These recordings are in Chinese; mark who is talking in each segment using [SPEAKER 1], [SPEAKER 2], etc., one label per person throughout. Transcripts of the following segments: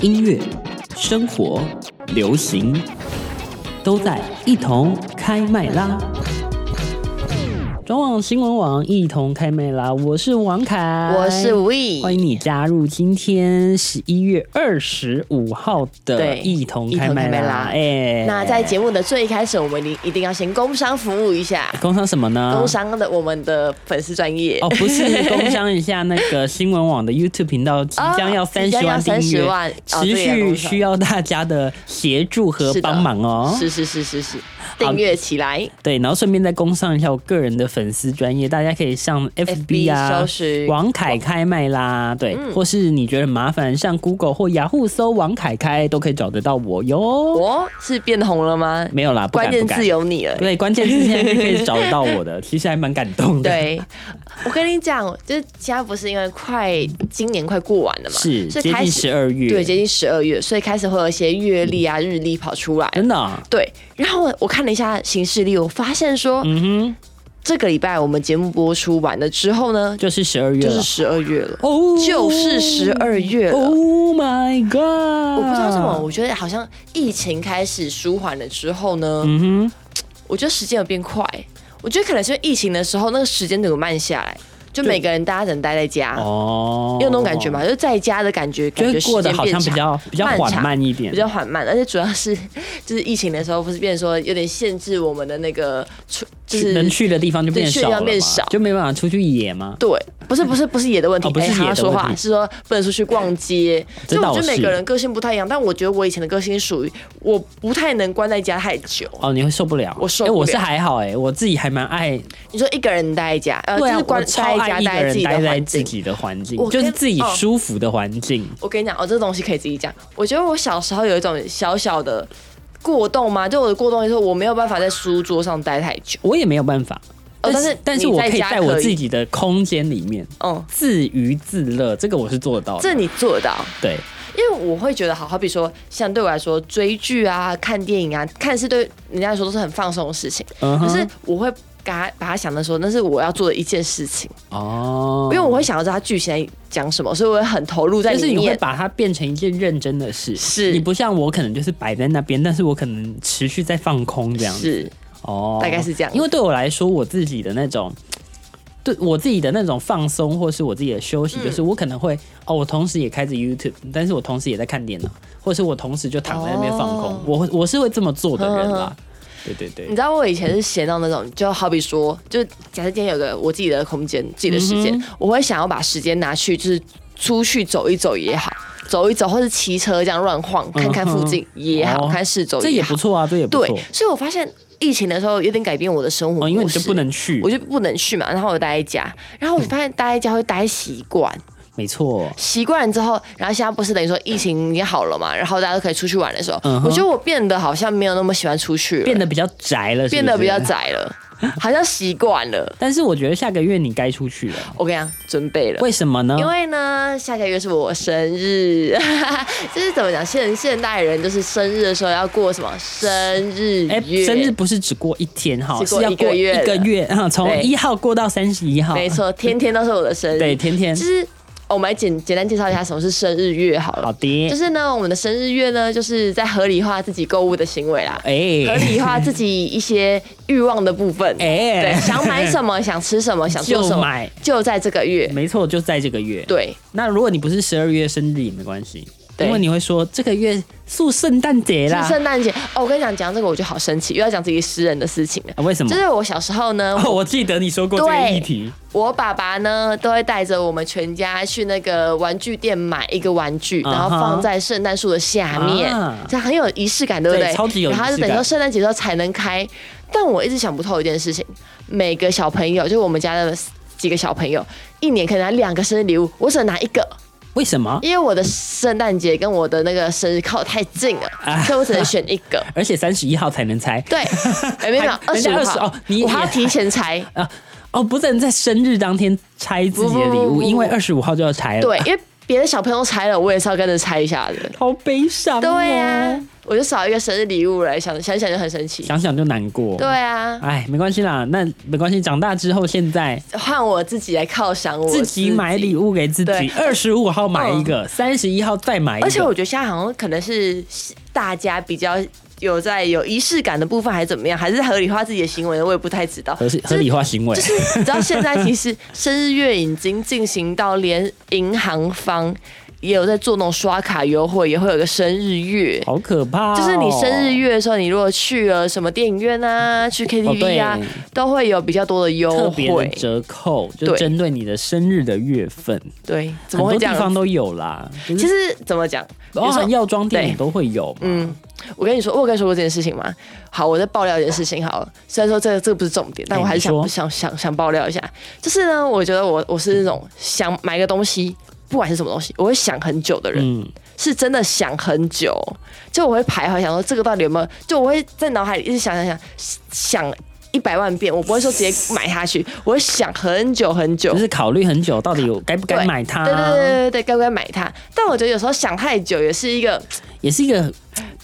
[SPEAKER 1] 音乐、生活、流行，都在一同开麦啦！转网新闻网一同开麦啦！我是王凯，
[SPEAKER 2] 我是 We，
[SPEAKER 1] 欢迎你加入今天十一月二十五号的
[SPEAKER 2] 对
[SPEAKER 1] 一同开麦
[SPEAKER 2] 一同开麦
[SPEAKER 1] 啦！
[SPEAKER 2] 啦
[SPEAKER 1] 哎，
[SPEAKER 2] 那在节目的最开始，我们一一定要先工商服务一下，
[SPEAKER 1] 工商什么呢？
[SPEAKER 2] 工商的我们的粉丝专业
[SPEAKER 1] 啊哦，不是工商一下那个新闻网的 YouTube 频道即将要
[SPEAKER 2] 哦
[SPEAKER 1] 三十
[SPEAKER 2] 即将要
[SPEAKER 1] 万订阅，
[SPEAKER 2] 30万哦
[SPEAKER 1] 持
[SPEAKER 2] 对啊
[SPEAKER 1] 续
[SPEAKER 2] 工商
[SPEAKER 1] 需要大家的协助和
[SPEAKER 2] 是的
[SPEAKER 1] 帮忙哦。
[SPEAKER 2] 是是是是是，订阅起来
[SPEAKER 1] 对，然后顺便再工上一下我个人的粉丝专业，大家可以上 FB 啊
[SPEAKER 2] 搜，寻
[SPEAKER 1] 王凯开麦啦，对，
[SPEAKER 2] 嗯
[SPEAKER 1] 或是你觉得很麻烦，上 Google 或雅虎搜王凯开都可以找得到我哟。
[SPEAKER 2] 哦，是变红了吗？
[SPEAKER 1] 没有啦，不
[SPEAKER 2] 关
[SPEAKER 1] 敢不
[SPEAKER 2] 键
[SPEAKER 1] 敢
[SPEAKER 2] 字。有你了。
[SPEAKER 1] 对，关键字现在就可以找得到我 的，其实还蛮感动的。
[SPEAKER 2] 对，我跟你讲，就是现在不是因为快今年快过完了嘛，
[SPEAKER 1] 是
[SPEAKER 2] 所
[SPEAKER 1] 接
[SPEAKER 2] 以开
[SPEAKER 1] 近
[SPEAKER 2] 始
[SPEAKER 1] 十二月，
[SPEAKER 2] 对接近十二月，所以开始会有一些月历啊、日历跑出来。
[SPEAKER 1] 真的啊、
[SPEAKER 2] 对，然后我我看了一下行事历，我发现说、
[SPEAKER 1] 嗯哼，
[SPEAKER 2] 这个礼拜我们节目播出完了之后呢，
[SPEAKER 1] 就是十二月
[SPEAKER 2] 就
[SPEAKER 1] 了
[SPEAKER 2] 是。十二月了。
[SPEAKER 1] 哦
[SPEAKER 2] 就是12月了
[SPEAKER 1] Oh my god！我
[SPEAKER 2] 我不知道为什么，我觉得好像疫情开始舒缓了之后呢，
[SPEAKER 1] 嗯哼，
[SPEAKER 2] 我觉得时间有变快。我觉得可能是因为疫情的时候，那个时间有慢下来，就每个人大家只能待在家，
[SPEAKER 1] 哦，
[SPEAKER 2] 啊有那种感觉嘛，就在家的感觉，感
[SPEAKER 1] 就
[SPEAKER 2] 觉
[SPEAKER 1] 是
[SPEAKER 2] 时
[SPEAKER 1] 过得
[SPEAKER 2] 间
[SPEAKER 1] 好
[SPEAKER 2] 变
[SPEAKER 1] 像比
[SPEAKER 2] 长。
[SPEAKER 1] 较比较
[SPEAKER 2] 漫
[SPEAKER 1] 缓
[SPEAKER 2] 长
[SPEAKER 1] 慢一点，
[SPEAKER 2] 比较缓慢，而且主要是 就是疫情的时候，不是变成说有点限制我们的那个出，就
[SPEAKER 1] 去
[SPEAKER 2] 是
[SPEAKER 1] 能去的地方就
[SPEAKER 2] 对
[SPEAKER 1] 变
[SPEAKER 2] 去
[SPEAKER 1] 少
[SPEAKER 2] 的地
[SPEAKER 1] 了
[SPEAKER 2] 方变
[SPEAKER 1] 嘛
[SPEAKER 2] 少
[SPEAKER 1] 就没办法出去野嘛。
[SPEAKER 2] 对，不是不是不是野的问题，
[SPEAKER 1] 哦不是
[SPEAKER 2] 哎
[SPEAKER 1] 野的
[SPEAKER 2] 好好说
[SPEAKER 1] 问
[SPEAKER 2] 话
[SPEAKER 1] 题
[SPEAKER 2] 是说不能出去逛街。
[SPEAKER 1] 这
[SPEAKER 2] 所以我
[SPEAKER 1] 倒
[SPEAKER 2] 觉得
[SPEAKER 1] 是
[SPEAKER 2] 每个人个性不太一样，但我觉得我以前的个性属于我不太能关在家太久。
[SPEAKER 1] 哦，你会受不了，
[SPEAKER 2] 我受
[SPEAKER 1] 哎
[SPEAKER 2] 不
[SPEAKER 1] 我是
[SPEAKER 2] 了
[SPEAKER 1] 还好哎、我自己还蛮爱，
[SPEAKER 2] 你说一个人待在家，呃，
[SPEAKER 1] 对
[SPEAKER 2] 就
[SPEAKER 1] 啊，
[SPEAKER 2] 是关
[SPEAKER 1] 我超
[SPEAKER 2] 待在
[SPEAKER 1] 爱
[SPEAKER 2] 家，
[SPEAKER 1] 一
[SPEAKER 2] 待
[SPEAKER 1] 个
[SPEAKER 2] 在自
[SPEAKER 1] 人
[SPEAKER 2] 己的
[SPEAKER 1] 待在
[SPEAKER 2] 环
[SPEAKER 1] 自
[SPEAKER 2] 境。
[SPEAKER 1] 己的环境，
[SPEAKER 2] 我
[SPEAKER 1] 就
[SPEAKER 2] 跟
[SPEAKER 1] 是自己
[SPEAKER 2] 哦
[SPEAKER 1] 舒服的环境。
[SPEAKER 2] 我跟你讲，哦，这东西可以自己讲。我觉得我小时候有一种小小的过动嘛，就我的过动就是我没有办法在书桌上待太久。
[SPEAKER 1] 我也没有办法，
[SPEAKER 2] 哦但
[SPEAKER 1] 是
[SPEAKER 2] 是
[SPEAKER 1] 但
[SPEAKER 2] 你
[SPEAKER 1] 我
[SPEAKER 2] 在
[SPEAKER 1] 可以
[SPEAKER 2] 家
[SPEAKER 1] 在
[SPEAKER 2] 可
[SPEAKER 1] 我
[SPEAKER 2] 以
[SPEAKER 1] 自己的空间里面
[SPEAKER 2] 嗯，
[SPEAKER 1] 自娱自乐，这个我是做得到的。
[SPEAKER 2] 这你做得到。
[SPEAKER 1] 对，
[SPEAKER 2] 因为我会觉得好，好比说，像对我来说，追剧啊、看电影啊，看是对人家来说都是很放松的事情。
[SPEAKER 1] 嗯
[SPEAKER 2] 可是
[SPEAKER 1] 哼，
[SPEAKER 2] 我会把它把它想的说，那是我要做的一件事情，
[SPEAKER 1] 哦，
[SPEAKER 2] 因为我会想要知道它剧情在讲什么，所以我会很投入在
[SPEAKER 1] 就是
[SPEAKER 2] 里
[SPEAKER 1] 你会
[SPEAKER 2] 面。
[SPEAKER 1] 把它变成一件认真的事，
[SPEAKER 2] 是
[SPEAKER 1] 你不像我，可能就是摆在那边，但是我可能持续在放空这样子。
[SPEAKER 2] 是，
[SPEAKER 1] 哦，
[SPEAKER 2] 大概是这样
[SPEAKER 1] 因为对我来说，我自己的那种。对我自己的那种放松，或是我自己的休息，
[SPEAKER 2] 嗯
[SPEAKER 1] 就是我可能会哦，我同时也开着 YouTube，但是我同时也在看电脑，或是我同时就躺在那边放空。
[SPEAKER 2] 哦
[SPEAKER 1] 我会我是会这么做的人啦
[SPEAKER 2] 嗯。
[SPEAKER 1] 对对对
[SPEAKER 2] 你，知道我以前是闲到那种，就好比说，就假设今天有个我自己的空间、自己的时
[SPEAKER 1] 嗯
[SPEAKER 2] 间，我会想要把时间拿去就是出去走一走也好，走一走，或是骑车这样乱晃，看看附近也好，
[SPEAKER 1] 嗯哦
[SPEAKER 2] 看四周
[SPEAKER 1] 这也不
[SPEAKER 2] 好。
[SPEAKER 1] 错啊，这也不
[SPEAKER 2] 对
[SPEAKER 1] 错。，
[SPEAKER 2] 所以我发现疫情的时候有点改变我的生活模
[SPEAKER 1] 哦，
[SPEAKER 2] 式，
[SPEAKER 1] 因为你就不能去
[SPEAKER 2] 我，就不能去嘛，然后我待在家，然后我发现待在家会待习惯，
[SPEAKER 1] 没错。
[SPEAKER 2] 习惯了之后，然后现在不是等于说疫情也好了嘛，然后大家都可以出去玩的时候，
[SPEAKER 1] 嗯哼
[SPEAKER 2] 我觉得我变得好像没有那么喜欢出去了，
[SPEAKER 1] 变得比较宅了是不是
[SPEAKER 2] 变得比较。窄了，好像习惯了。
[SPEAKER 1] 但是我觉得下个月你该出去了，
[SPEAKER 2] 我跟你讲，准备了。
[SPEAKER 1] 为什么呢？
[SPEAKER 2] 因为呢，下个月是我生日， 就是怎么讲，现现代人就是生日的时候要过什么生日
[SPEAKER 1] 哎、
[SPEAKER 2] 月，
[SPEAKER 1] 生日不是只过一天哈，
[SPEAKER 2] 只
[SPEAKER 1] 是
[SPEAKER 2] 过
[SPEAKER 1] 要
[SPEAKER 2] 一个
[SPEAKER 1] 过一
[SPEAKER 2] 月
[SPEAKER 1] 个
[SPEAKER 2] 的
[SPEAKER 1] 月啊，从
[SPEAKER 2] 对
[SPEAKER 1] 一号过到三十一号，
[SPEAKER 2] 没，错，天天都是我的生日。
[SPEAKER 1] 对，天天
[SPEAKER 2] 就，是哦我们来简简单介绍一下什么是生日月好了。
[SPEAKER 1] 好的
[SPEAKER 2] 就，是呢，我们的生日月呢，就是在合理化自己购物的行为啦，合
[SPEAKER 1] 哎
[SPEAKER 2] 理化自己一些欲望的部分。对，
[SPEAKER 1] 哎，
[SPEAKER 2] 想买 什么，想吃什么，想做
[SPEAKER 1] 就
[SPEAKER 2] 什么，
[SPEAKER 1] 买，
[SPEAKER 2] 就在这个月。
[SPEAKER 1] 没错，就在这个月。
[SPEAKER 2] 对，
[SPEAKER 1] 那如果你不是十二月生日也没关系，
[SPEAKER 2] 对
[SPEAKER 1] 因为你会说这个月是啊圣诞节
[SPEAKER 2] 是
[SPEAKER 1] 啦，
[SPEAKER 2] 圣诞节。哦，我跟你讲，讲这个我就好生气，又要讲自己私人的事情了。
[SPEAKER 1] 啊为什么
[SPEAKER 2] 就？是我小时候呢，
[SPEAKER 1] 哦，我记得你说过这个
[SPEAKER 2] 对
[SPEAKER 1] 议题，
[SPEAKER 2] 我爸爸呢都会带着我们全家去那个玩具店买一个玩具，
[SPEAKER 1] 啊哈
[SPEAKER 2] 然后放在圣诞树的下面
[SPEAKER 1] 啊，
[SPEAKER 2] 这样很有仪式感，对不对？
[SPEAKER 1] 对超级有仪式
[SPEAKER 2] 然
[SPEAKER 1] 感
[SPEAKER 2] 后就等到圣诞节之后才能开。但我一直想不透一件事情，每个小朋友，就是我们家的几个小朋友，一年可以拿两个生日礼物，我只能拿一个，
[SPEAKER 1] 为什么？
[SPEAKER 2] 因为我的圣诞节跟我的那个生日靠得太近了，
[SPEAKER 1] 啊
[SPEAKER 2] 所以我只能选一个。
[SPEAKER 1] 而且三十一号才能猜
[SPEAKER 2] 对，哎没有没有
[SPEAKER 1] 还
[SPEAKER 2] 二
[SPEAKER 1] 人
[SPEAKER 2] 十
[SPEAKER 1] 家
[SPEAKER 2] 五
[SPEAKER 1] 25
[SPEAKER 2] 号
[SPEAKER 1] 哦你
[SPEAKER 2] 我还要
[SPEAKER 1] 也
[SPEAKER 2] 提前拆。
[SPEAKER 1] 啊！哦，不能在生日当天拆自己的礼
[SPEAKER 2] 不不不
[SPEAKER 1] 物，
[SPEAKER 2] 不
[SPEAKER 1] 因为二十五号就要拆了。
[SPEAKER 2] 对，因为别的小朋友拆了，我也是要跟着拆一下的。
[SPEAKER 1] 好悲伤、哦。
[SPEAKER 2] 对啊，我就少一个生日礼物了，想想想就很生气。
[SPEAKER 1] 想想就难过。
[SPEAKER 2] 对啊，
[SPEAKER 1] 哎，没关系啦，那没关系。长大之后，现在
[SPEAKER 2] 换我自己来犒赏我
[SPEAKER 1] 自己买礼物给自己
[SPEAKER 2] 对，嗯
[SPEAKER 1] 二十五号买一个，三十一号再买一个。
[SPEAKER 2] 而且我觉得现在好像可能是大家比较有在有仪式感的部分，还是怎么样，还是合理化自己的行为，我也不太知 道。
[SPEAKER 1] 合
[SPEAKER 2] 就是
[SPEAKER 1] 合理化行为，
[SPEAKER 2] 就是你知道现在其实生日月已经进行到连银行方也有在做那种刷卡优惠，也会有个生日月。
[SPEAKER 1] 好可怕哦、
[SPEAKER 2] 就是你生日月的时候，你如果去了什么电影院啊，
[SPEAKER 1] 哦
[SPEAKER 2] 去 KTV 啊，
[SPEAKER 1] 对
[SPEAKER 2] 都会有比较多的
[SPEAKER 1] 特
[SPEAKER 2] 优
[SPEAKER 1] 别的
[SPEAKER 2] 惠。
[SPEAKER 1] 折扣，就
[SPEAKER 2] 对
[SPEAKER 1] 针对你的生日的月份，
[SPEAKER 2] 对，怎
[SPEAKER 1] 很
[SPEAKER 2] 么
[SPEAKER 1] 多
[SPEAKER 2] 会这
[SPEAKER 1] 地方
[SPEAKER 2] 样？
[SPEAKER 1] 都哦有啦。
[SPEAKER 2] 其实怎么讲，比
[SPEAKER 1] 包
[SPEAKER 2] 如说
[SPEAKER 1] 含药妆店也
[SPEAKER 2] 对
[SPEAKER 1] 都会有嘛。
[SPEAKER 2] 嗯，我跟你说，我有跟你说过这件事情吗？好，我再爆料一件事情好了。虽然说这个这个不是重点，但
[SPEAKER 1] 哎
[SPEAKER 2] 我还是
[SPEAKER 1] 你说
[SPEAKER 2] 想想想想爆料一下。就是呢，我觉得我我是那种想买个东西，不管是什么东西，我会想很久的人，
[SPEAKER 1] 嗯，
[SPEAKER 2] 是真的想很久。就我会徘徊想说这个到底有没有？就我会在脑海里一直想想想想一百万遍，我不会说直接买下去，我会想很久很久
[SPEAKER 1] 就。是考虑很久，到底有该不该
[SPEAKER 2] 对
[SPEAKER 1] 买它，啊
[SPEAKER 2] 对对对对对，该不该买它？但我觉得有时候想太久也是一个
[SPEAKER 1] 也是一个